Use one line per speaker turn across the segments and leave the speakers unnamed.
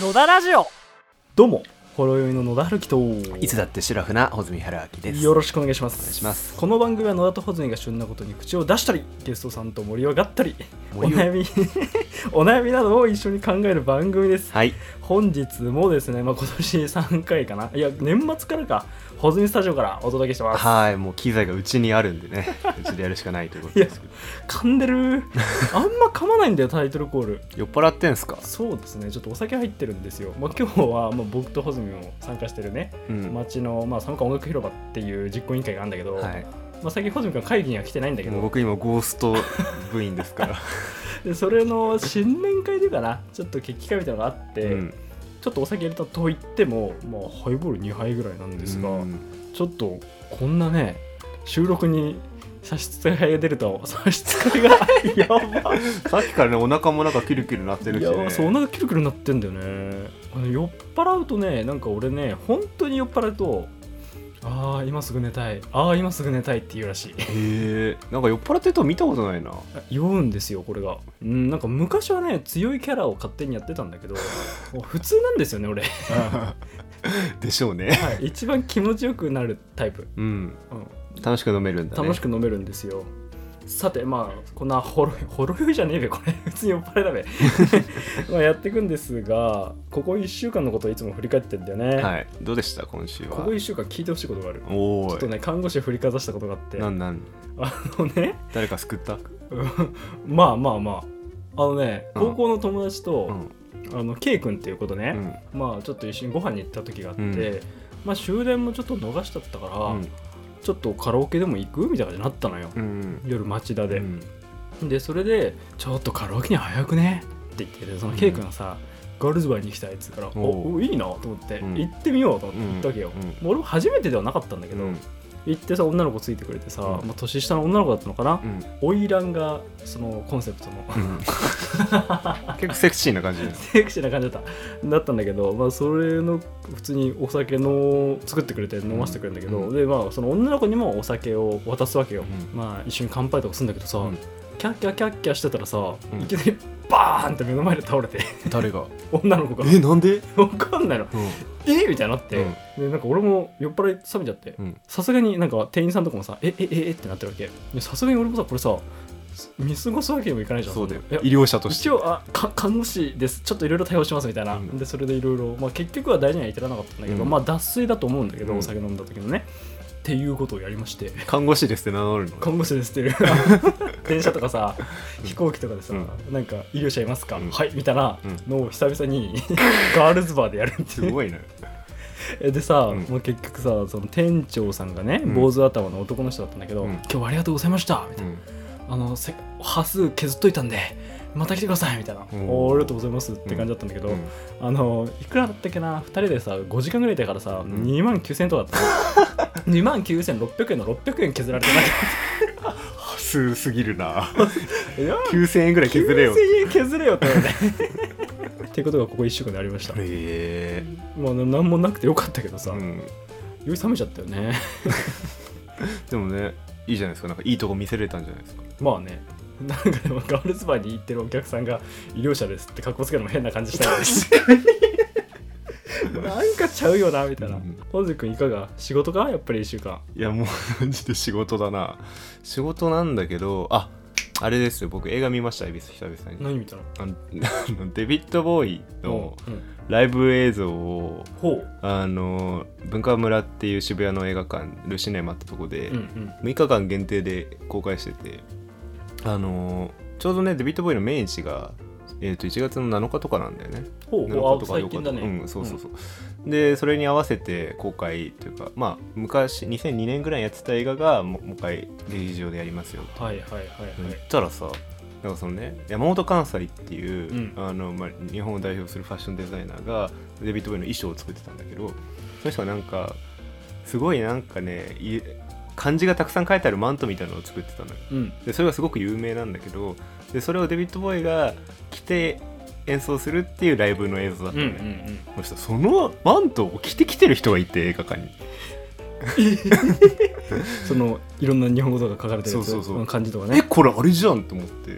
野田ラジオ
どうもほろ酔いの野田春樹と
いつだってシラフな穂積春明です。
よろ
しく
しくお願いします
お願いします
この番組は野田と穂積が旬なことに口を出したりゲストさんと盛り上がったりお
森を
悩み お悩みなどを一緒に考える番組です
はい。
本日もですね、まあ、今年3回かないや年末からか穂積スタジオからお届けしてます
はい。もう機材がうちにあるんで ね、うちでやるしかないということですけど。
噛んで るあんま噛まないんだよタイトルコール
酔っ払ってんすか
そうですねちょっとお酒入ってるんですよ、まあ、今日はまあ僕と穂積も参加してるね
うん。は
町の、まあ、参加音楽広場っていう実行委員会があるんだけど、
い。
まあ、最近穂積君は会議には来てないんだけ
もう
ど
僕今ゴースト部員です から。
でそれの新年会というかなちょっと決起会みたいなのがあって、
うん
ちょっとお酒入れたと言っても、まあ、ハイボール2杯ぐらいなんですが、
うん
ちょっとこんなね収録に差し支えが出ると 差し支えがやばい
さっきからねお腹もなんかキルキル鳴ってるし、
や
ね。
そうお腹キルキルなってんだよねあの酔っ払うとねなんか俺ね本当に酔っ払うとああ今すぐ寝たいああ今すぐ寝たいって言うらしい
へえ。なんか酔っ払ってると見たことない な。
酔うんですよこれがうんなんか昔はね強いキャラを勝手にやってたんだ けどもう普通なんですよね俺、
でしょうね。
はい、一番気持ちよくなるタイプ、
うん。
うん、
楽しく飲めるんだね。
楽しく飲めるんですよさてまあこんなほろ ほろ酔いじゃねえべこれ 普通に酔っ払い だべまあやっていくんですがここ1週間のことをいつも振り返ってんだよね、
はい。どうでした今週は。
ここ1週間聞いてほしいことがある
お
ちょっと
ーい。
ね看護師を振りかざしたことがあって
なんなん
あのね
誰か救った？
うんまあまあまああのね
うん
高校の友達と、
うん。
あの K 君っていうこと
う
ね、
ん。
まあちょっと一緒にご飯に行った時があって、
うん
まあ終電もちょっと逃しちゃったから、
うん
ちょっとカラオケでも行くみたいな感じになったのよ、
うん。
夜町田
う
で、
ん。
でそれで「ちょっとカラオケには早くね」って言っててその K 君がさ、ガールズバーに行きたいっつうから「
おう
おおいいな」と思って、
うん
行ってみようと思って
うん
行ったわけよ、
うん
もう俺も初めてではなかったんだけ
う
ど、
ん。
行ってさ女の子ついてくれてさ、
うん
まあ、年下の女の子だったのかな
うん。
花魁がそのコンセプトの
結構セクシーな感じです。
セクシーな感じだっただったんだけど、まあ、それの普通にお酒の作ってくれて飲ませてくれるんだけど、
うん
でまあその女の子にもお酒を渡すわけよ、
う
まあ一緒に乾杯とかするんだけどさ、
うん
キャッキャッキャッキャしてたらさ、
うん
いきなりバーンって目の前で倒れて
誰が？
女の子が
えなんで？
わかんないのえみたいになって、でなんか俺も酔っ払い冷めちゃって
うん
さすがになんか店員さんとかもさええええってなってるわけでさすがに俺もさこれさ見過ごすわけにもいかないじゃん
そうだよ
いや。
医療者として
一。応あか看護師ですちょっといろいろ対応しますみたいな、
うん
でそれでいろいろまあ結局は大事には至らなかったんだけど、
うん
まあ脱水だと思うんだけど、
うん
お酒飲んだ時のねっていうことをやりまして
看護師ですって名乗るの。
看護師ですってい う電車とかさ飛行機とかでさ、
うん
なんか医療者いますか、
うん
はいみたいな
うん
のを久々に ガールズバーでやるって
す
いう
ごいな。
えでさ、
うん
もう結局さその店長さんがね、
うん
坊主頭の男の人だったんだけど、
うん
今日はありがとうございましたみたい
うん
な、あのせ端数削っといたんでまた来てくださいみたいな、
うん
おーありがとうございますって感じだったんだけど、あのいくらだったっけな2人でさ5時間ぐらいいたからさ、
うん
2万9000円とかだ った2万9600円の600円削られてない
すすぎるな。
いや
九千円ぐらい削れよ
9000。円削れよって思 ってっていうことがここ1週間でありました、
へ
まあ何もなくてよかったけど
え。
さ、
うん。
酔い冷めちゃったよね
でもね、いいじゃないですか。なんかいいとこ見せれたんじゃないですか。
まあねなんかでもガールズバーに行ってるお客さんが医療者ですって格好つけるのも変な感じしたよね なんかちゃうよなみたいな
うん
本く君いかが仕事かやっぱり1週間
いやもうマジで仕事だな。仕事なんだけど、あ、あれですよ。僕映画見ました。エビス久々に。
何見たの
あのあのデビッド・ボーイの
うんうん
ライブ映像を
ほう
あの文化村っていう渋谷の映画館ルシネマってとこで、
うんうん
6日間限定で公開しててあのちょうどねデビッド・ボーイの命日が、えー、と1月の7日とかなんだよね
ほうほ
7
うあ
日とか
最近だね、
うん、そうそうそう、でそれに合わせて公開というかまあ昔2002年ぐらいやってた映画がももう一回劇場でやりますよ
うんはいはいはい
行
はい
ったらさなんかそのね山本関西っていう、
うん
あのまあ、日本を代表するファッションデザイナーがデビッド・ボーイの衣装を作ってたんだけどその人はなんかすごいなんかねい漢字がたくさん書いてあるマントみたいなのを作ってたのよ
うん
でそれがすごく有名なんだけどでそれをデビッド・ボーイが着て演奏するっていうライブの映像だっ
うん
た
う
の
ん
ね、そしたらそのマントを着てきてる人がいて映画館に
うんそのいろんな日本語とか書かれてるやつ
そうそうそう
の漢字とか
え
ね
これあれじゃんと思って、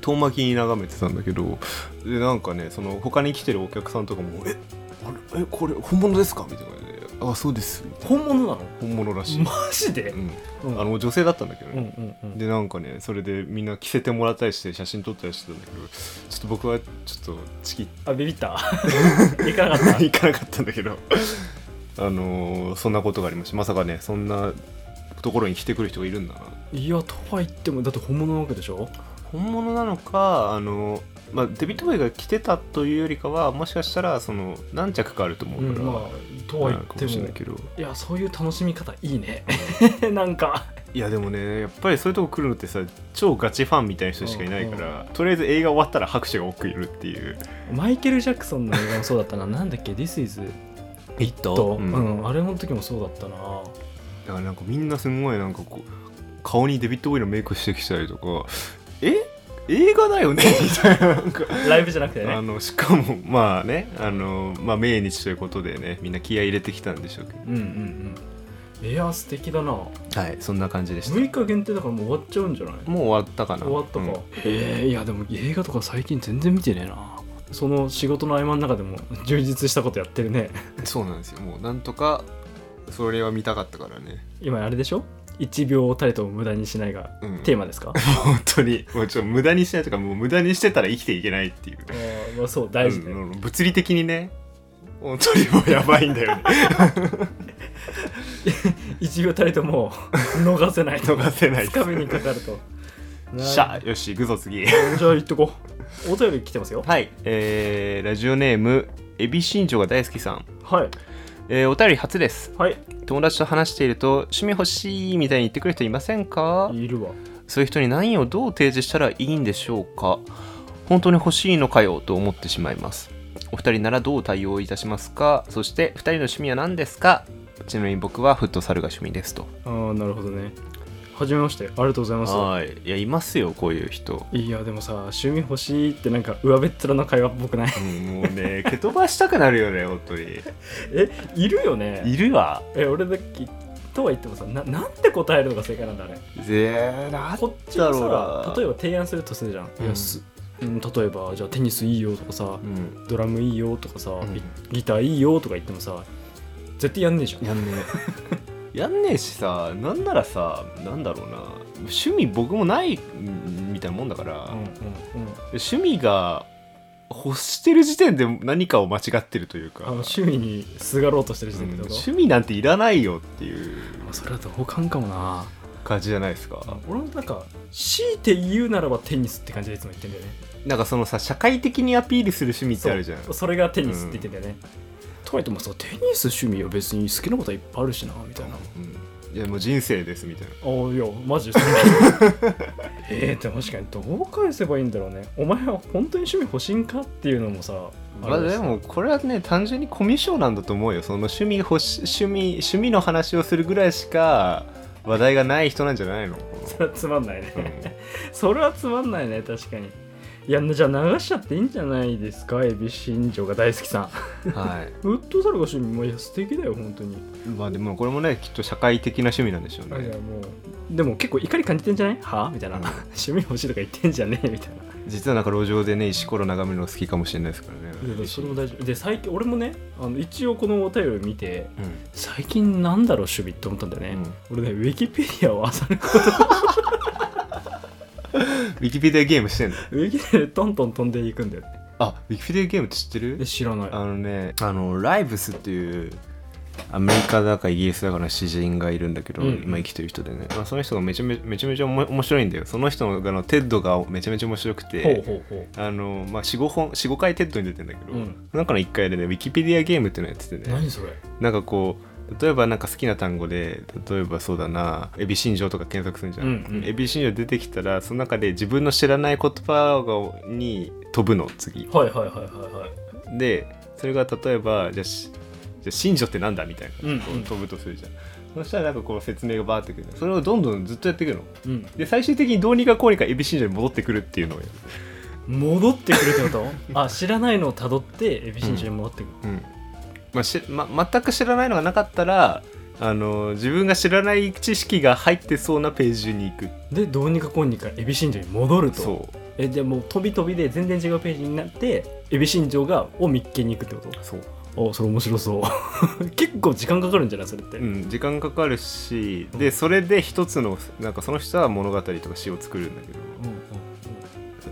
遠巻きに眺めてたんだけどでなんかねその他に来てるお客さんとかも「えあれえこれ本物ですか?」みたいな感じで「あそうです
本物なの
本物らしい」
マジで、
うん、
うん
あの女性だったんだけど
うんう
ね、
んうん
でなんかねそれでみんな着せてもらったりして写真撮ったりしてたんだけどちょっと僕はちょっとチキッ
あビビった いかなかった
行かなかったんだけどあのーそんなことがありましたまさかねそんなところに来てくる人がいるんだない
やとは言ってもだって本物なわけでしょ
本物なのかあのーまあ、デビッド・ボーイが来てたというよりかはもしかしたらその何着かあると思
う
うんから、
まあとは言っ
か
て
も
も
しれないけど
いやそういう楽しみ方いいね なんか
いやでもねやっぱりそういうとこ来るのってさ超ガチファンみたいな人しかいないから、
う
とりあえず映画終わったら拍手が多くいるっていう
マイケル・ジャクソンの映画もそうだったななんだっけ「This is
「イット
と」
うん
うん、あれの時もそうだったな
だからなんかみんなすごいなんかこう顔にデビッド・ボーイのメイクしてきたりとかえ映画だよねみたいななんか
ライブじゃなくてね
あのしかもまあねあの、まあ、命日ということでねみんな気合い入れてきたんでしょうけ
うんうんうんいや素敵だな
どはいそんな感じでした
6日限定だからもう終わっちゃうんじゃない
もう終わったかな
終わったか、
うん
へえいやでも映画とか最近全然見てねえなその仕事の合間の中でも充実したことやってるね
そうなんですよもうなんとかそれは見たかったからね
今あれでしょ1秒たりとも無駄にしないが、
うん
テーマです か
本当にもうちょっと無駄にしないとかもう無駄にしてたら生きていけないっていう
あーまあそう大事ね、
うん物理的にね本当にもうやばいんだよね
1秒たりとも 逃せない
逃せない
掴みにかかる とな
しゃよし行くぞ 次
じゃあ行っとこうお便り来てますよ
はいえー、ラジオネームエビ新庄が大好きさん、
はい
えー、お便り初です
はい
友達と話していると趣味欲しいみたいに言ってくる人いませんか
いるわ
そういう人に何をどう提示したらいいんでしょうか本当に欲しいのかよと思ってしまいますお二人ならどう対応いたしますかそして二人の趣味は何ですかちなみに僕はフットサルが趣味ですと
ああなるほどねはじめましてありがとうございます
いいやいますよこういう人
いやでもさ趣味欲しいってなんか上べっ面の会話っぽくない
もうね 蹴飛ばしたくなるよね本当に
えいるよね
いるわ
え俺だっけとは言ってもさななんて答えるのが正解なんだあれ
ぜな
こっちが
だろう
さ
な
例えば提案するとするじゃん、
うん
いやすうん、例えばじゃあテニスいいよとかさ、
うん
ドラムいいよとかさ、
ん
ギギターいいよとか言ってもさ絶対やんねえじゃん
やんねえ やんねえしさなんならさなんだろうな趣味僕もないんみたいなもんだから、
うんうん
趣味が欲してる時点で何かを間違ってるという
うん、あ
か
の趣味にすがろうとしてる時
うん
点でどう
趣味なんていらないよっていう
それはどうかんかもな
感じじゃないですか、
俺もなんか強いて言うならばテニスって感じでいつも言ってんだよね
なんかそのさ社会的にアピールする趣味ってあるじゃん
そうそれがテニスって言ってんだよね、とはいってもさテニス趣味は別に好きなことはいっぱいあるしなみたいな
うんいやもう人生ですみたいな
あいやマジでそれ えーでも確かにどう返せばいいんだろうねお前は本当に趣味欲しいんかっていうのもさ
まあ
れだし
でもこれはね単純にコミュ障なんだと思うよその趣味欲し趣味趣味の話をするぐらいしか話題がない人なんじゃないの、
それはつまんないね、
うん、
それはつまんないね確かにいやじゃあ流しちゃっていいんじゃないですかエビ新庄が大好きさん
はい
ウッドサルが趣味もいや素敵だよ本当に
まあでもこれもねきっと社会的な趣味なんでしょう
あいや
ね
もうでも結構怒り感じてんじゃないはあみたいな、
う ん
趣味欲しいとか言ってんじゃねえみたいな
実はなんか路上でね石ころ眺めるの好きかもしれないですからね
いやそれも大丈夫で最近俺もねあの一応このお便り見て
うん
最近なんだろう趣味って思ったんだよね、俺ねウィキペディアを漁る
ウィキペディアゲームしてんの
ウィキペディアでトントン飛んでいくんだよね
あウィキペディアゲームって知ってる
え知らない
あのねあのライブスっていうアメリカだかイギリスだかの詩人がいるんだけど、
うん
今生きてる人でね、まあ、その人がめちゃめちゃめちゃめちゃおも面白いんだよその人のあのテッドがめちゃめちゃ面白くて
ほうほうほう
あのまあ、45本45回テッドに出てんだけど、
うん
その中の1回でねウィキペディアゲームっていうのやっててね
何それ
なんかこう例えばなんか好きな単語で例えばそうだな「エビ新庄」とか検索するじゃん、
うんうん
エビ新庄出てきたらその中で自分の知らない言葉がに飛ぶの次
はいはいはいはいはい
でそれが例えばじゃあしじゃあ新庄ってなんだみたいな、
うんうん
こ飛ぶとするじゃんそしたらなんかこう説明がバーってくるそれをどんどんずっとやっていくの
うん
で最終的にどうにかこうにかエビ新庄に戻ってくるっていうのをやる
戻ってくるってこと あ知らないのをたどってエビ新庄に戻ってくる、
うんまあ、しま全く知らないのがなかったらあの自分が知らない知識が入ってそうなページに行く
でどうにかこうにかエビ新庄に戻ると
そう
えじゃあもう飛び飛びで全然違うページになってエビ新庄がを見っけに行くってこと
そう、
おそれ面白そう 結構時間かかるんじゃないそれって、
うん、時間かかるし、
うん
でそれで一つのなんかその人は物語とか詩を作るんだけど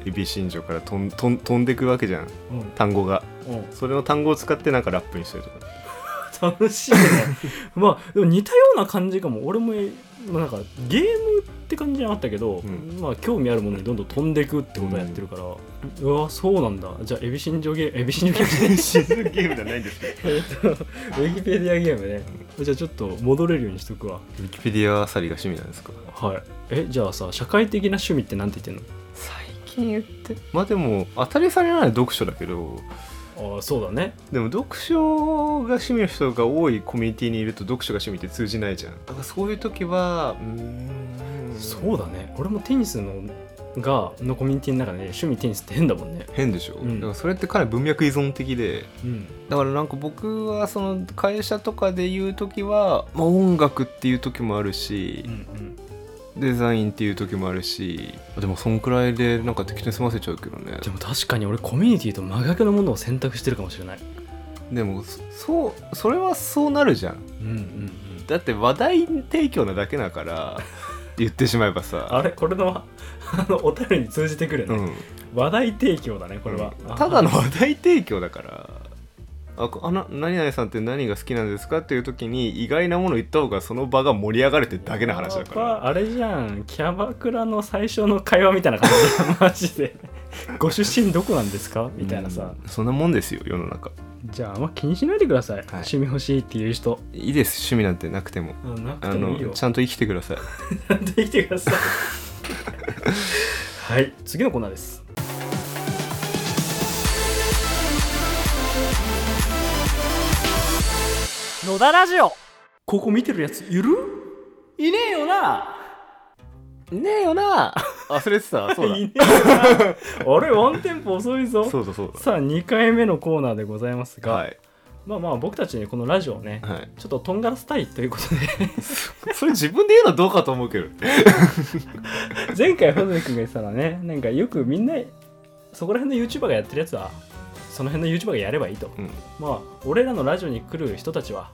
エビ新庄からとんとん飛んでくわけじゃん
うんうん
単語が
うんうん
それの単語を使ってなんかラップにしたりとか
楽しいねまあでも似たような感じかも俺もまあなんかゲームって感じじゃなかったけど、
ん
まあ興味あるものにどんどん飛んでいくってことをやってるから、うわそうなんだじゃあエビ新庄ゲームエビ新庄ゲーム
シズゲームじゃないんですけど
えっとウィキペディアゲームねじゃあちょっと戻れるようにしとくわ
ウィキペディアあさりが趣味なんですか
はいえじゃあさ社会的な趣味ってなんて言ってん
最近言ってまあでも当たりされない読書だけど
のああそうだね
でも読書が趣味の人が多いコミュニティにいると読書が趣味って通じないじゃんだからそういう時はうーん
そうだね俺もテニスのがのコミュニティの中で、趣味テニスって変だもんね
変でしょ、
うん
だからそれってかなり文脈依存的で
うん
だからなんか僕はその会社とかで言う時は、まあ、音楽っていう時もあるし
うんうん
デザインっていう時もあるしでもそんくらいでなんか適当に済ませちゃうけどね
でも確かに俺コミュニティと真逆のものを選択してるかもしれない
でもそそうそれはそうなるじゃん
うんうんうん
だって話題提供なだけだから 言ってしまえば
あ
さ
れこれのあのお便りに通じてくる
う
ね、
ん
話題提供だねこれは、
うんただの話題提供だからあこあな何々さんって何が好きなんですかっていう時に意外なもの言った方がその場が盛り上がるってだけの話だから
らあれじゃんキャバクラの最初の会話みたいな感じマジで ご出身どこなんですかみたいなさ、
うんそんなもんですよ世の中
じゃああんま気にしないでください、趣味欲しいっていう人
いいです趣味なんてなくても
あなく
あ
ても
の
いいよ
ちゃんと生きてください
できてくだ さいはい次のコーナーです野田ラジオここ見てるやついるいねえよな
ねえよな 忘れてたそうだ
いねえよなあれワンテンポ遅いぞ
そうだそう
さあ2回目のコーナーでございます
だ
が、
はい
まあまあ僕たちねこのラジオをね
はい
ちょっととんがらせたいということで
それ自分で言うのはどうかと思うけど
前回ほずみくんが言ってたらねなんかよくみんなそこら辺の YouTuber がやってるやつはその辺の YouTuber がやればいいと
うん
まあ俺らのラジオに来る人たちは、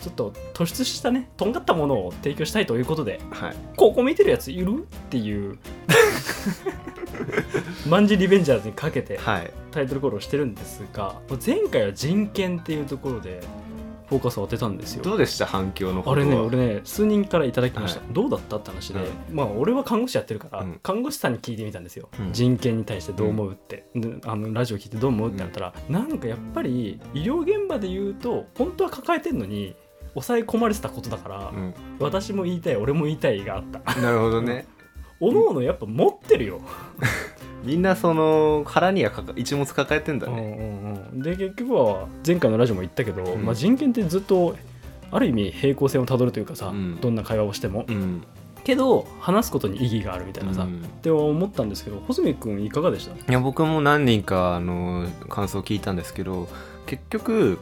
ちょっと突出したねとんがったものを提供したいということで
はい
ここ見てるやついるっていう万事リベンジャーズにかけて
はい
タイトルコールをしてるんですが前回は人権っていうところでフォーカスを当てたんですよ
どうでした反響のこ
あ
と
れ
は
ね俺ね数人からいただきました、どうだったって話で、
はい
まあ俺は看護師やってるから、
うん
看護師さんに聞いてみたんですよ、
うん
人権に対してどう思うって、であのラジオ聞いてどう思うってなったら、なんかやっぱり医療現場で言うと本当は抱えてんのに抑え込まれてたことだから、
うん
私も言いたい俺も言いたいがあった
なるほどね
おのおのやっぱ持ってるよ、
みんなその腹にはかか一物抱えてんだ
うん
ね、
うんうんで結局は前回のラジオも言ったけど、
うん
まあ、人権ってずっとある意味平行線をたどるというかさ、
うん
どんな会話をしても、
うん
けど話すことに意義があるみたいなさ、
うん
って思ったんですけど穂積君いかがでした
いや僕も何人かあの感想を聞いたんですけど結局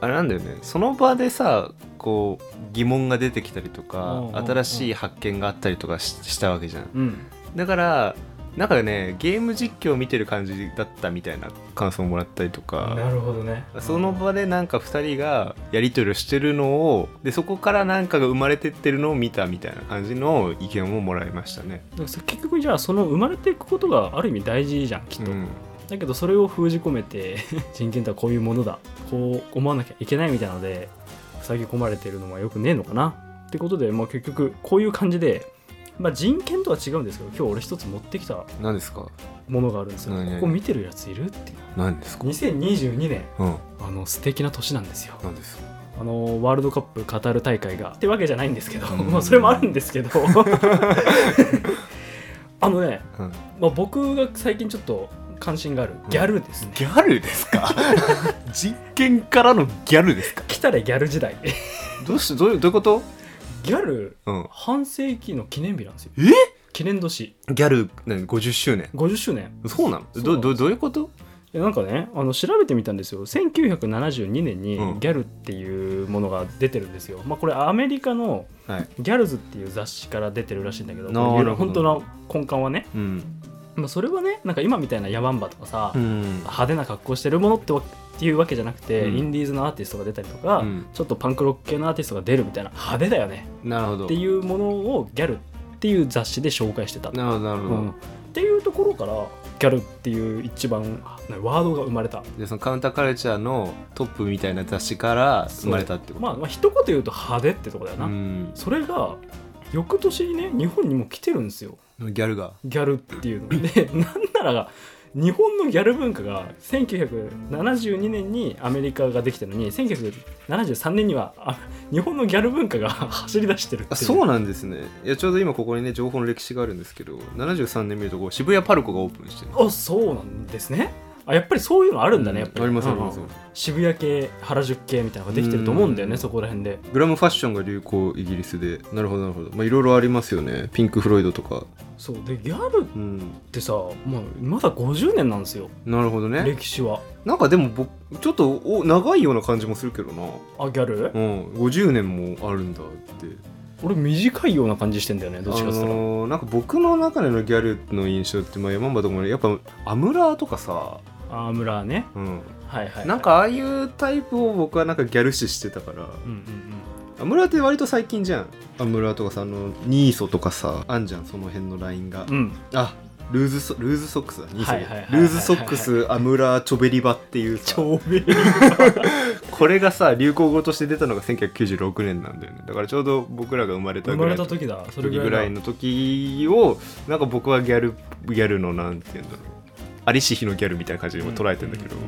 あれなんだよねその場でさこう疑問が出てきたりと
うん
か
うんうん
新しい発見があったりとかししたわけじゃん
うん
だからなんかねゲーム実況を見てる感じだったみたいな感想をもらったりと
な
か
るほどね
その場でなんか2人がやり取りをしてるのをでそこからなんかが生まれてってるのを見たみたいな感じの意見をもらいましたね。
だから結局じゃあその生まれていくことがある意味大事じゃんきっと、
うん
だけどそれを封じ込めて 人権とはこういうものだこう思わなきゃいけないみたいなので塞ぎ込まれてるのはよくねえのかなってことで、まあ、結局こういう感じで、まあ、人権とは違うんですけど今日俺一つ持ってきた
何ですか
ものがあるんですよ、
何々
ここ見てるやついるっていう
何ですか
2022年
うん
あの素敵な年なんですよ
何ですか
あのワールドカップカタール大会がってわけじゃないんですけど、
うん
まあそれもあるんですけど あのね、
うん
まあ、僕が最近ちょっと関心があるギャルですね、
ギャルです か実験からのギャルですか
来たらギャル時代
どうしてどういうどういうこと、
ギャル
うん、
半世紀の記念日なんですよ
え
記念年
ギャル何50周年
50周年
そうなの
そう
どどどういうこと
いやなんかねあの調べてみたんですよ1972年にギ
うん
ャルっていうものが出てるんですよ、まあこれアメリカの
はい、
ギャルズっていう雑誌から出てるらしいんだけど
なるほど
本当の根幹はね
うん、
まあ、それはねなんか今みたいなヤマンバとかさ、
うん
派手な格好してるものってわっていうわけじゃなくて、
うん
インディーズのアーティストが出たりとか、
うん
ちょっとパンクロック系のアーティストが出るみたいな派手だよね
なるほど
っていうものをギャルっていう雑誌で紹介してた、
なるほどなるほ
う
ど、
ん、っていうところからギャルっていう一番ワードが生まれた
でそのカウンターカルチャーのトップみたいな雑誌から生まれたってこと
まあ、まあ一言言うと派手ってとこだよな、
うん
それが翌年にね日本にも来てるんですよ
ギャルが
ギャルっていうので なんなら日本のギャル文化が1972年にアメリカができたのに1973年にはあ日本のギャル文化が 走り出してるってい
あそうなんですねいやちょうど今ここにね情報の歴史があるんですけど73年見るとこう渋谷パルコがオープンしてる
あそうなんですねあやっぱりそういうのあるんだね、
う
やっぱり
ありますあ
う
り
んうん
ます、
渋谷系原宿系みたいなのができてると思うんだよ
う
ね
ん
そこら辺で
グラムファッションが流行イギリスでなるほどなるほどまあいろいろありますよねピンク・フロイドとか
そうでギャルっ
うん
てさ、まあ、まだ50年なんですよ
なるほどね
歴史は
なんかでも僕ちょっとお長いような感じもするけどな
あギャル、
うん50年もあるんだって
俺短いような感じしてんだよねどっちかって言ったら、
あのーなんか僕の中でのギャルの印象って、まあ、山場とかもやっぱアムラーとかさ、
あー村ね
うん、
はいはい、はい、
なんかああいうタイプを僕はなんかギャル視してたから
うんうんうん
アムラーって割と最近じゃんアムラーとかさあのニーソとかさあんじゃんその辺のラインが、
うん、
あルーズソルーズソックスだニーソ
はいはいはいはい
ルーズソックスアムラーチョベリバっていうさ
超便利
これがさ流行語として出たのが1996年なんだよねだからちょうど僕らが生まれた
生
ぐ
まれ
らい
た時だそれぐ
時
ら
ぐ
い
らい
だ
の時をなんか僕はギャルギャルのなんて言うんだろうありし日のギャルみたいな感じで今捉えてんだけど、
ううう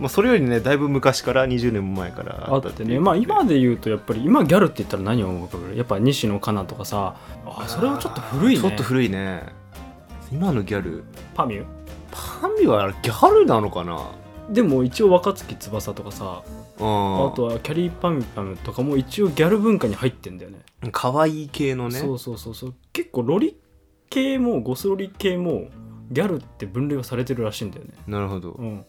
まあ、それよりねだいぶ昔から20年も前から
あってねまあ今で言うとやっぱり今ギャルって言ったら何を思うかやっぱ西野カナとかさあそれはちょっと古いね
ちょっと古いね今のギャル
パミュ
パンビはギャルなのかな
でも一応若槻翼とかさ
あ
あとはキャリーパミュパミュとかも一応ギャル文化に入ってんだよね
可愛い系のね
そうそうそうそう結構ロリ系もゴスロリ系もギャルって分類はされてるらしいんだよね
なるほど
うん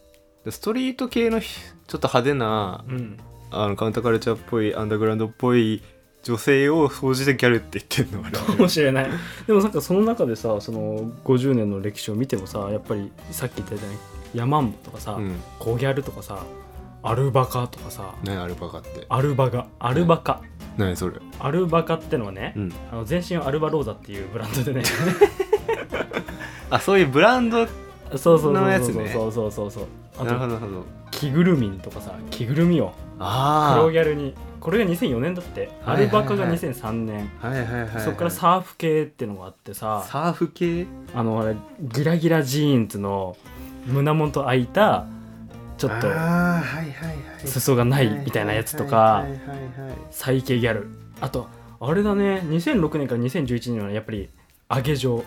でストリート系のひちょっと派手な
うん
あのカウンターカルチャーっぽいアンダーグラウンドっぽい女性を総じてギャルって言ってんのあれ
かもしれないでもなんかその中でさその50年の歴史を見てもさやっぱりさっき言ったようにヤマンボとかさ、
うん
コギャルとかさアルバカとかさ
何アルパカって
アルバガアルバカ、
何それ
アルバカってのはね、
うん
あの全身アルバローザっていうブランドで ね
あそういうブランド
そうそうそう
のやつ
そう
ね
そうそうそうそうあ
なるほど
と
なるほど
着ぐるみんとかさ着ぐるみを
あ
黒ギャルにこれが2004年だってア
はいはいはい
ルバカが2003年、
あはいはいはいはい
そっからサーフ系ってのがあってさ
サーフ系
あのあれギラギラジーンズの胸元開いたちょっと
あーはいはいはい
裾がないみたいなやつとか
はいはいはいはい
サイケギャルあとあれだね2006年から2011年はやっぱりアゲ状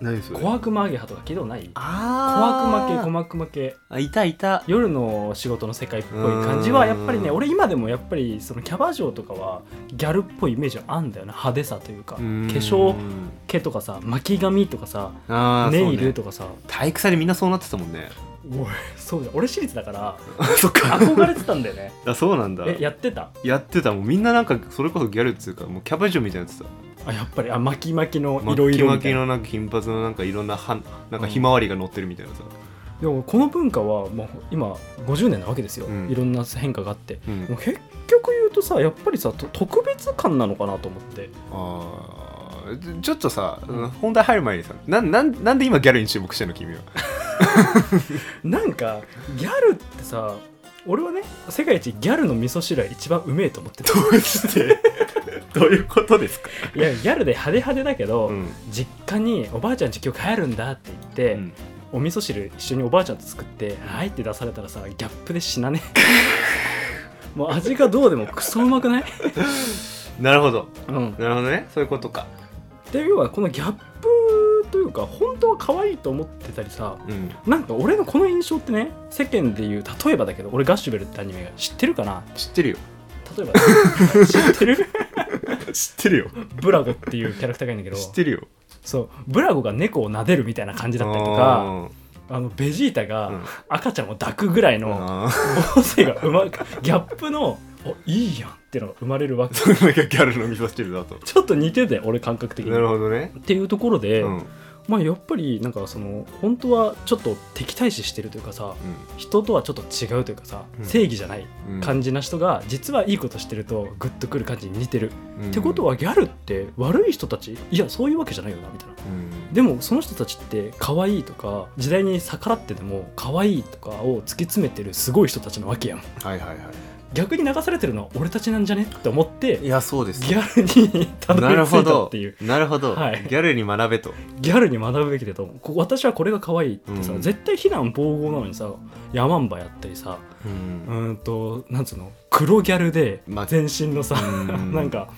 何それ
小悪魔アゲハとか聞いたことない小悪
あ
魔
ー
系小悪魔系
あいたいた
夜の仕事の世界っぽい感じはやっぱりね
うーん
俺今でもやっぱりそのキャバ嬢とかはギャルっぽいイメージはあんだよな派手さというか
化
化粧系とかさ巻き髪とかさ
あー
ネイ
そう
ル
ね
とかさ
体育祭でみんなそうなってたもんね
おいそうだ俺私立だから
そっか
憧れてたんだよね
あそうなんだ
えやってた
やってたもうみんななんかそれこそギャルっつうかもうキャバ嬢みたいなやつだ
あやっぱりあ巻き巻きの
巻
いろい
き
ろ
巻
みた
き
いな
のなんか金髪のなんかいろんなはんなんかひまわりが乗ってるみたいなさ
でもこの文化はもう今50年なわけですよ、
うん
いろんな変化があって
うん
もう結局言うとさやっぱりさと特別感なのかなと思って
あーちょっとさ、
うん
本題入る前にさなんなんなんで今ギャルに注目してんの 君は
なんかギャルってさ俺はね世界一ギャルの味噌汁は一番うめえと思って た
うしてどういうことですか、
いやギャルで派手派手だけど、
うん
実家におばあちゃん家今日帰るんだって言って、お味噌汁一緒におばあちゃんと作って「はい」って出されたらさギャップで死なね もう味がどうでもクソうまくない、
なるほど
うん、
なるほどねそういうことか、
で要はこのギャップというか本当は可愛いと思ってたりさ
うん、
なんか俺のこの印象ってね世間でいう例えばだけど俺ガッシュベルってアニメが知ってるかな
知ってるよ
例えば 知ってる
知ってるよ
ブラゴっていうキャラクターがいるんだけど
知ってるよ
そうブラゴが猫を撫でるみたいな感じだったりとかあのベジータ
あーうん
が赤ちゃんを抱くぐらいの
あー
母性がうまくギャップのおいいやんっていうのが生まれる わけ
それがギャルの味噌汁だと
ちょっと似てて俺感覚的に
なるほどね
っていうところで、
うん
まあやっぱりなんかその本当はちょっと敵対視してるというかさ人とはちょっと違うというかさ、
うん
正義じゃない
うん
感じな人が実はいいことしてるとグッとくる感じに似てる、
うん
ってことはギャルって悪い人たちいやそういうわけじゃないよなみたいな
うん
でもその人たちって可愛いとか時代に逆らってでも可愛いとかを突き詰めてるすごい人たちなわけやん
はいはいは
逆に流されてるのは俺たちなんじゃねって思って
いい
ギ
やそうです
ャルにたど
な
り
る
着
ほ
いたっ
ど
ていう
なるほど、
はい
ギャルに学べと
ギャルに学ぶべきだと思うこ私はこれが可愛いってさ、
うん
絶対非難防護なのにさヤマンバやったりさ
う
うんーんとなんつうの黒ギャルで
まあ
全身のさ、
うん
なんか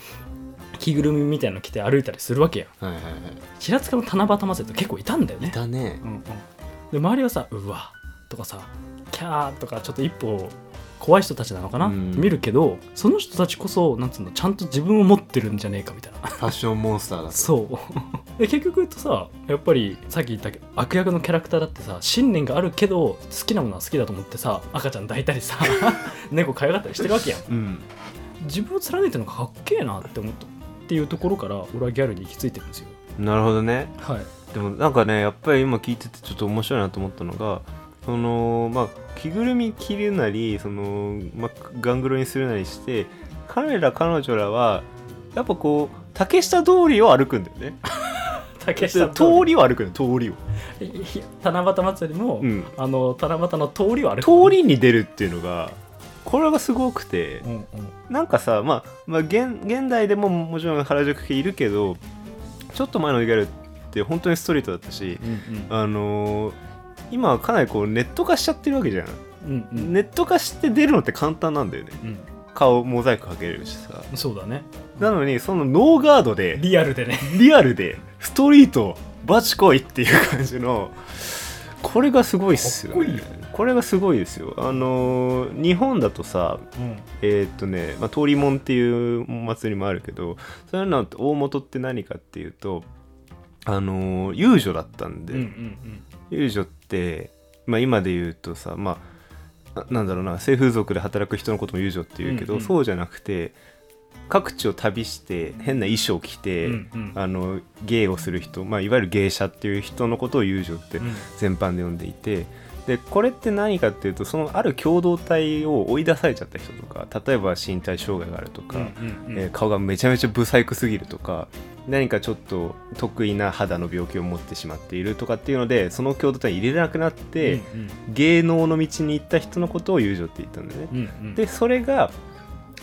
着ぐるみみたいなの着て歩いたりするわけやん
はいはいは
白塚の七夕ませって結構いたんだよ
いい
ね
たね
うんうん、で周りはさ「うわ」とかさ「キャー」とかちょっと一歩怖い人たちなのかな、
うん
見るけどその人たちこそなんつうのちゃんと自分を持ってるんじゃねえかみたいな
ファッションモンスターだと
そうで 結局言うとさやっぱりさっき言ったけど悪役のキャラクターだってさ信念があるけど好きなものは好きだと思ってさ赤ちゃん抱いたりさ 猫かゆがったりしてるわけやん
うん
自分を貫いてるのがかっけえなって思ったっていうところから俺はギャルに行き着いてるんですよ
なるほどね
はい
でもなんかねやっぱり今聞いててちょっと面白いなと思ったのがそのまあ着ぐるみ着るなりその、まあ、ガングロにするなりして彼ら彼女らはやっぱこう竹下通りを歩くんだよね
竹
通
下通
りを歩くの通りを、
りいや 七夕祭りの、
うん、
あの七夕の通りを歩く
通りに出るっていうのがこれがすごくて
うんうん
なんかさ、まあ、まあ現現代でももちろん原宿系いるけどちょっと前のギャルって本当にストリートだったし
うん
あのー今はかなりこうネット化しちゃってるわけじゃん、
うんうん
ネット化して出るのって簡単なんだよね
う
顔モザイクかけれるしさ
んそうだね
なのにそのノーガードで
リアルでね
リアルでストリートバチコイっていう感じのこれがすごいっすよ,、ね、
かっこいいよ
これがすごいですよあのー日本だとさ
うん
えーっとね、まあ、通りもんっていうお祭りもあるけどそういうのって大元って何かっていうとあのー遊女だったんで、
うんうん
遊女って、まあ、今で言うとさ、まあ、ななんだろうな性風俗で働く人のことも遊女って言うけど、
うんうん
そうじゃなくて各地を旅して変な衣装を着
う
て、
んうん
あの芸をする人、まあ、いわゆる芸者っていう人のことを遊女って
うん
全般で呼んでいてでこれって何かっていうとそのある共同体を追い出されちゃった人とか例えば身体障害があるとか、
うんうん
えー顔がめちゃめちゃブサイクすぎるとか何かちょっと得意な肌の病気を持ってしまっているとかっていうのでその共同体に入れれなくなって、
うん
芸能の道に行った人のことを友情って言ったんだよね。
うんうん
でそれが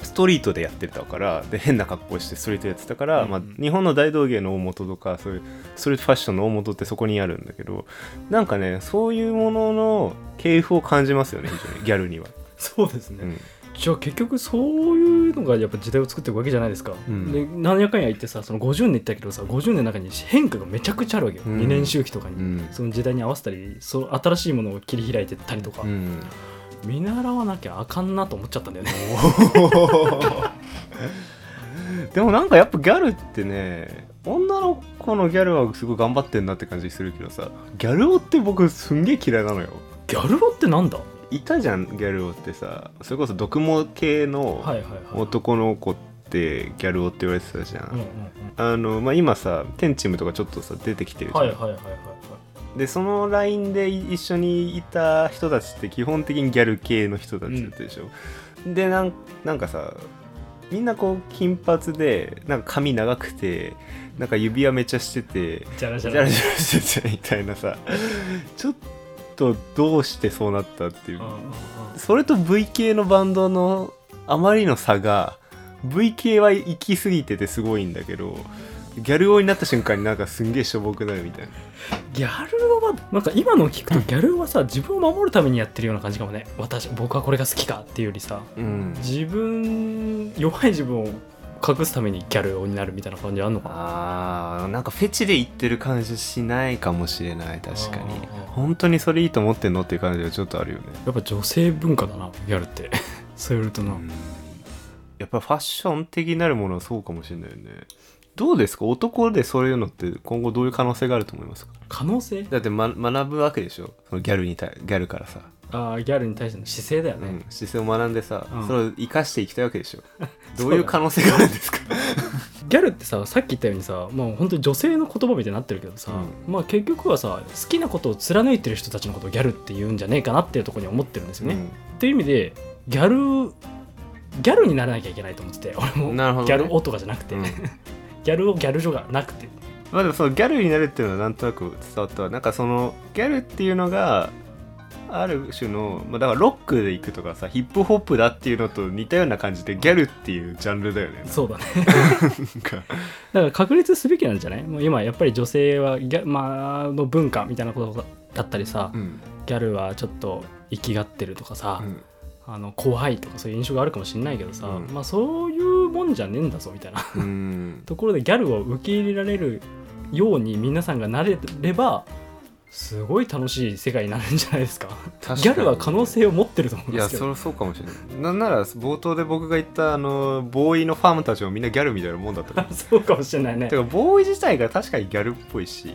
ストリートでやってたからで変な格好してストリートやってたから、
うん
まあ、日本の大道芸の大元とかそういうストリートファッションの大元ってそこにあるんだけどなんかねそういうものの系譜を感じますよね非常にギャルに は。
そうです
う
ね
ん
じゃあ結局そういうのがやっぱ時代を作っていくわけじゃないですか、
うん
で何やかんや言ってさその50年言ったけどさ50年の中に変化がめちゃくちゃあるわけよ、
うん
2年周期とかに、
うん
その時代に合わせたりその新しいものを切り開いてったりとか、
うん
見習わなきゃあかんなと思っちゃったんだよね
でもなんかやっぱギャルってね女の子のギャルはすごい頑張ってんなって感じするけどさギャル男って僕すんげえ嫌いなのよ
ギャル男ってなんだはい
たじゃんギャル男ってさそれこそ毒毛系の
いはいはい、
男の子ってギャル男って言われてたじゃん、
うんうん
あのまあ、今さテンチームとかちょっとさ出てきて
うん、
るじゃん、
はいはいはいはいはい
でそのラインで一緒にいた人たちって基本的にギャル系の人たちだったでしょ、でなんなんかさみんなこう金髪でなんか髪長くてなんか指輪めちゃしてて
じゃらじ
ジ
ゃ
ャラ
ら
ジャラしててみたいなさちょっとどうしてそうなったっていううん
うんうん
それと V 系のバンドのあまりの差が V 系は行き過ぎててすごいんだけどギャル王になった瞬間になんかすんげえしょぼくなるみたいな
ギャル男はなんか今のを聞くとギャル男はさ自分を守るためにやってるような感じかもね私僕はこれが好きかっていうよりさ
うん
自分弱い自分を隠すためにギャル男になるみたいな感じあんのかな
あーなんかフェチで言ってる感じしないかもしれない確かに
あー
本当にそれいいと思ってんのっていう感じはちょっとあるよね、
やっぱ女性文化だなギャルって そう言うとな、
うんやっぱファッション的になるものはそうかもしれないよねどうですか男でそういうのって今後どういう可能性があると思いますか
可能性
だって、ま、学ぶわけでしょそのギャルに対ギャルからさ、
あーギャルに対しての姿勢だよ
う
ね、
ん、姿勢を学んでさ、
うん
それを生かしていきたいわけでしょ
そうだね
どういう可能性があるんですか
ギャルってささっき言ったようにさまあ本当に女性の言葉みたいになってるけどさ、まあ結局はさ好きなことを貫いてる人たちのことをギャルって言うんじゃねえかなっていうところに思ってるんですよね、っていう意味でギャルギャルにならなきゃいけないと思って て俺
う
も
んなるほど、
ギ
ね、
ャルをとかじゃなくて、
うん
ギャルをギャル女がなくて
まあでもそのギャルになるっていうのはなんとなく伝わったわなんかそのギャルっていうのがある種の、まあ、だからロックで行くとかさヒップホップだっていうのと似たような感じでギャルっていうジャンルだよね
そうだね
なんか
だから確立すべきなんじゃないもう今やっぱり女性はギャ、まあ、の文化みたいなことだったりさ、
うん
ギャルはちょっと生きがってるとかさ、
うん
あの怖いとかそういう印象があるかもしれないけどさ、
うん
まあそういうもんじゃねえんだぞみたいな
うん
ところでギャルを受け入れられるように皆さんがなれればすごい楽しい世界になるんじゃないですか
確かに
ギャルは可能性を持ってると思うん
い
で
や
すけ
そ
ど
れそうかもしれないなんなら冒頭で僕が言ったあのボーイのファームたちもみんなギャルみたいなもんだったから
そうかもしれないね
てかボーイ自体が確かにギャルっぽいし、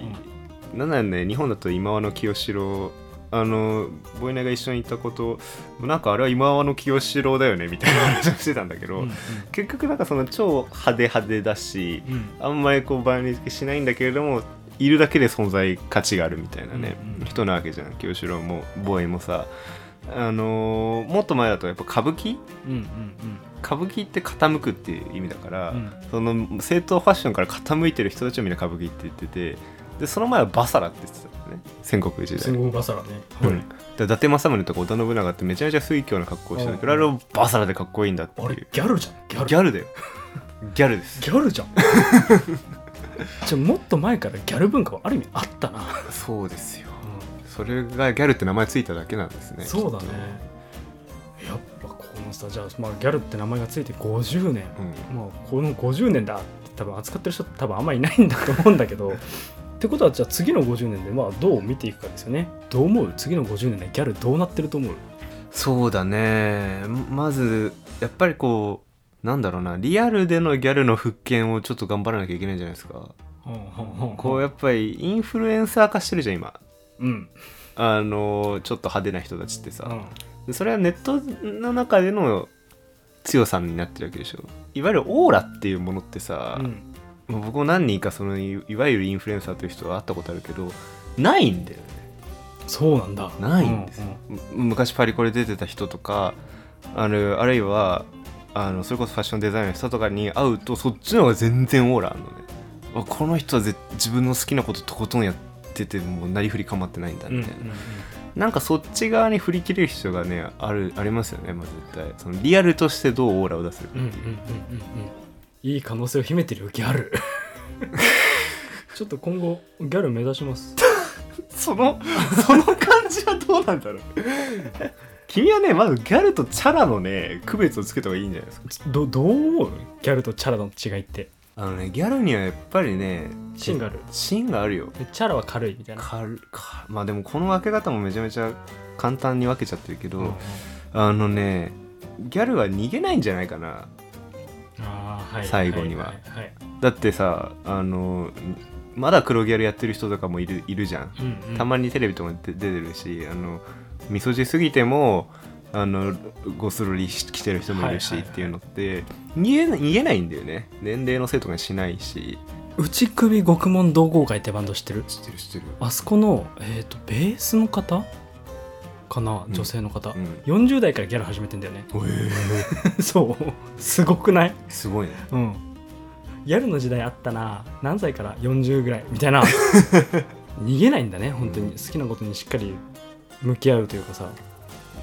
なんならね日本だと今和の清志郎あのボイナが一緒にいたことなんかあれは今和の清志郎だよねみたいな話をしてたんだけど、
うんうん
結局なんかその超派手派手だし
うん
あんまりこうバイオリンしないんだけれどもいるだけで存在価値があるみたいなね、
うんうん
人なわけじゃん清志郎もボーイもさあのーもっと前だとやっぱ歌舞伎
うんうん
歌舞伎って傾くっていう意味だから、
うん
その正統ファッションから傾いてる人たちをみんな歌舞伎って言っててでその前はバサラって言ってたんだよね戦国時代、
戦国バサラね、
うんで伊達政宗とか織田信長ってめちゃめちゃ水教な格好してたけどあれをバサラでかっこいいんだってい
あれ
う
ギャルじゃんギャル
ギャルだよギャルです
ギャルじゃん じゃあもっと前からギャル文化はある意味あったな、
そうですよそれがギャルって名前ついただけなんですね
そうだねやっぱこのさじゃあ、まあ、ギャルって名前がついて50年、
うん
まあ、この50年だって多分扱ってる人って多分あんまりいないんだと思うんだけどってことはじゃあ次の50年でまあどう見ていくかですよねどう思う次の50年でギャルどうなってると思う
そうだねまずやっぱりこうなんだろうなリアルでのギャルの復権をちょっと頑張らなきゃいけないんじゃないですかこうやっぱりインフルエンサー化してるじゃん今
うん
あのちょっと派手な人たちって
う
さ、
ん
それはネットの中での強さになってるわけでしょいわゆるオーラっていうものってさ、
うん
もう僕も何人かそのいいわゆるインフルエンサーという人は会ったことあるけどないんだよね
そうなんだ
ないんです
うん
む昔パリコレ出てた人とかあるあるいはあのそれこそファッションデザインの人とかに会うとそっちの方が全然オーラあるのねあこの人はぜ自分の好きなこととことんやっててもうなりふり構ってないんだ
うんうん
みたいな、なんかそっち側に振り切れる必要がねあるありますよね、まあ、絶対そのリアルとしてどうオーラを出せるか
うんうんうんうんうんいい可能性を秘めてるよギャル ちょっと今後ギャル目指します
その その感じはどうなんだろう 君はねまずギャルとチャラのね区別をつけた方がいいんじゃないですか
どどう思うギャルとチャラの違いって
あのねギャルにはやっぱりね
芯がある
芯があるよ
でチャラは軽いみたいな
かるかまあでもこの分け方もめちゃめちゃ簡単に分けちゃってるけど、
うんうん
あのねギャルは逃げないんじゃないかな
あーはい
最後にはい
いい
だってさあのまだ黒ギャルやってる人とかもいるいるじゃん
うんうん
たまにテレビとかで出てるしあのみそじすぎてもあのゴスロリ着てる人もいるし
はい
っ
はいはい
ていうのって逃げな逃げないんだよね年齢のせいとかにしないし
内首獄門同好会ってバンド知ってる
知ってる知ってる
あそこのえっ、とベースの方かな
うん
女性の方、
うん
40代からギャル始めてんだよ ね
え
そうすごくない
すごいね
うんギャルの時代あったな何歳から40ぐらいみた いな逃げないんだね本当に
うん
好きなことにしっかり向き合うというかさ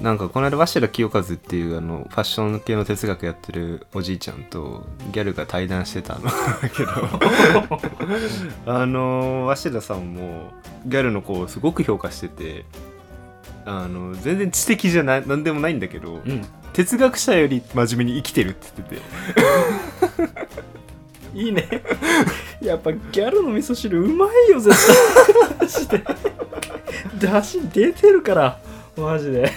なんかこの間鷲田清和っていうあのファッション系の哲学やってるおじいちゃんとギャルが対談してたの だけどあの鷲田さんもギャルの子をすごく評価しててあの全然知的じゃない何でもないんだけど、
うん
哲学者より真面目に生きてるって言ってて
いいね やっぱギャルの味噌汁うまいよ絶対マジで だし出てるからマジで
や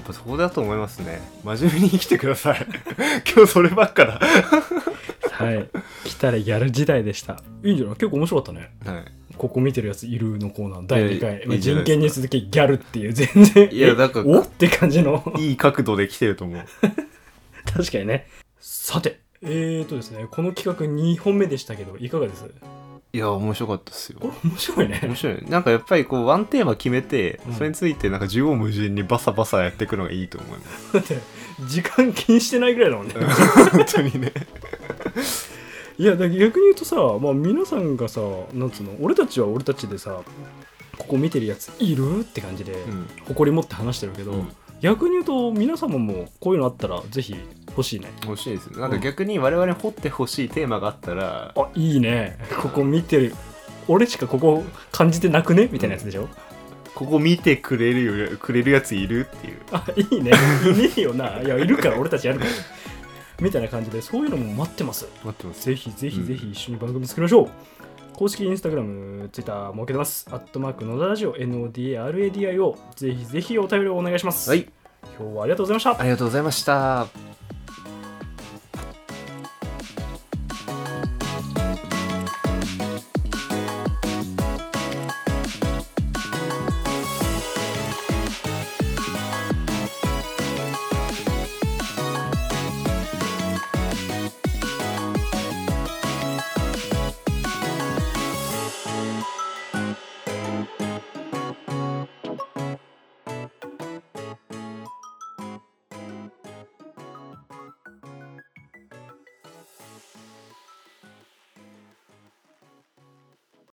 っぱそこだと思いますね真面目に生きてください 今日そればっかだ、
はい来たらギャル時代でしたいいんじゃない結構面白かったね
は
ここ見てるやついるのコーナー第2
いや
回、
い
まあ
いじゃな
人
いですか
権に続きギャルっていう全然
いやだから
えおって感じの
い、いい角度で来てると思う
確かにねさてえーとですね、この企画2本目でしたけど、いかがです
いや面白かったですよ
これ面白いね
面。白いなんかやっぱりこうワンテーマ決めて、
うん
それについてなんか縦横無尽にバサバサやっていくのがいいと思います
だって、時間気にしてないぐらいだもんね。
本当にね
いや、だから逆に言うとさ、まあ、皆さんがさ、なんつうの、俺たちは俺たちでさ、ここ見てるやついるって感じで、
うん
誇り持って話してるけど、
うん
逆に言うと、皆様もこういうのあったら、ぜひ欲しいね。
欲しいですねなんか逆に我々に掘ってほしいテーマがあったら、
あ、いいね。ここ見てる。俺しかここ感じてなくねみたいなやつでしょ、
ここ見てくれるよくれるやついるっていう
あいいね いねえよないやいるから俺たちやるからみたいな感じでそういうのも待ってます
待ってます
ぜひぜひぜひ一緒に番組作りましょう、公式インスタグラム、ツイッター設けてます。アットマーク野田ラジオ、NODARADIO。ぜひぜひお便りをお願いします。
はい
今日はありがとうございました。
ありがとうございました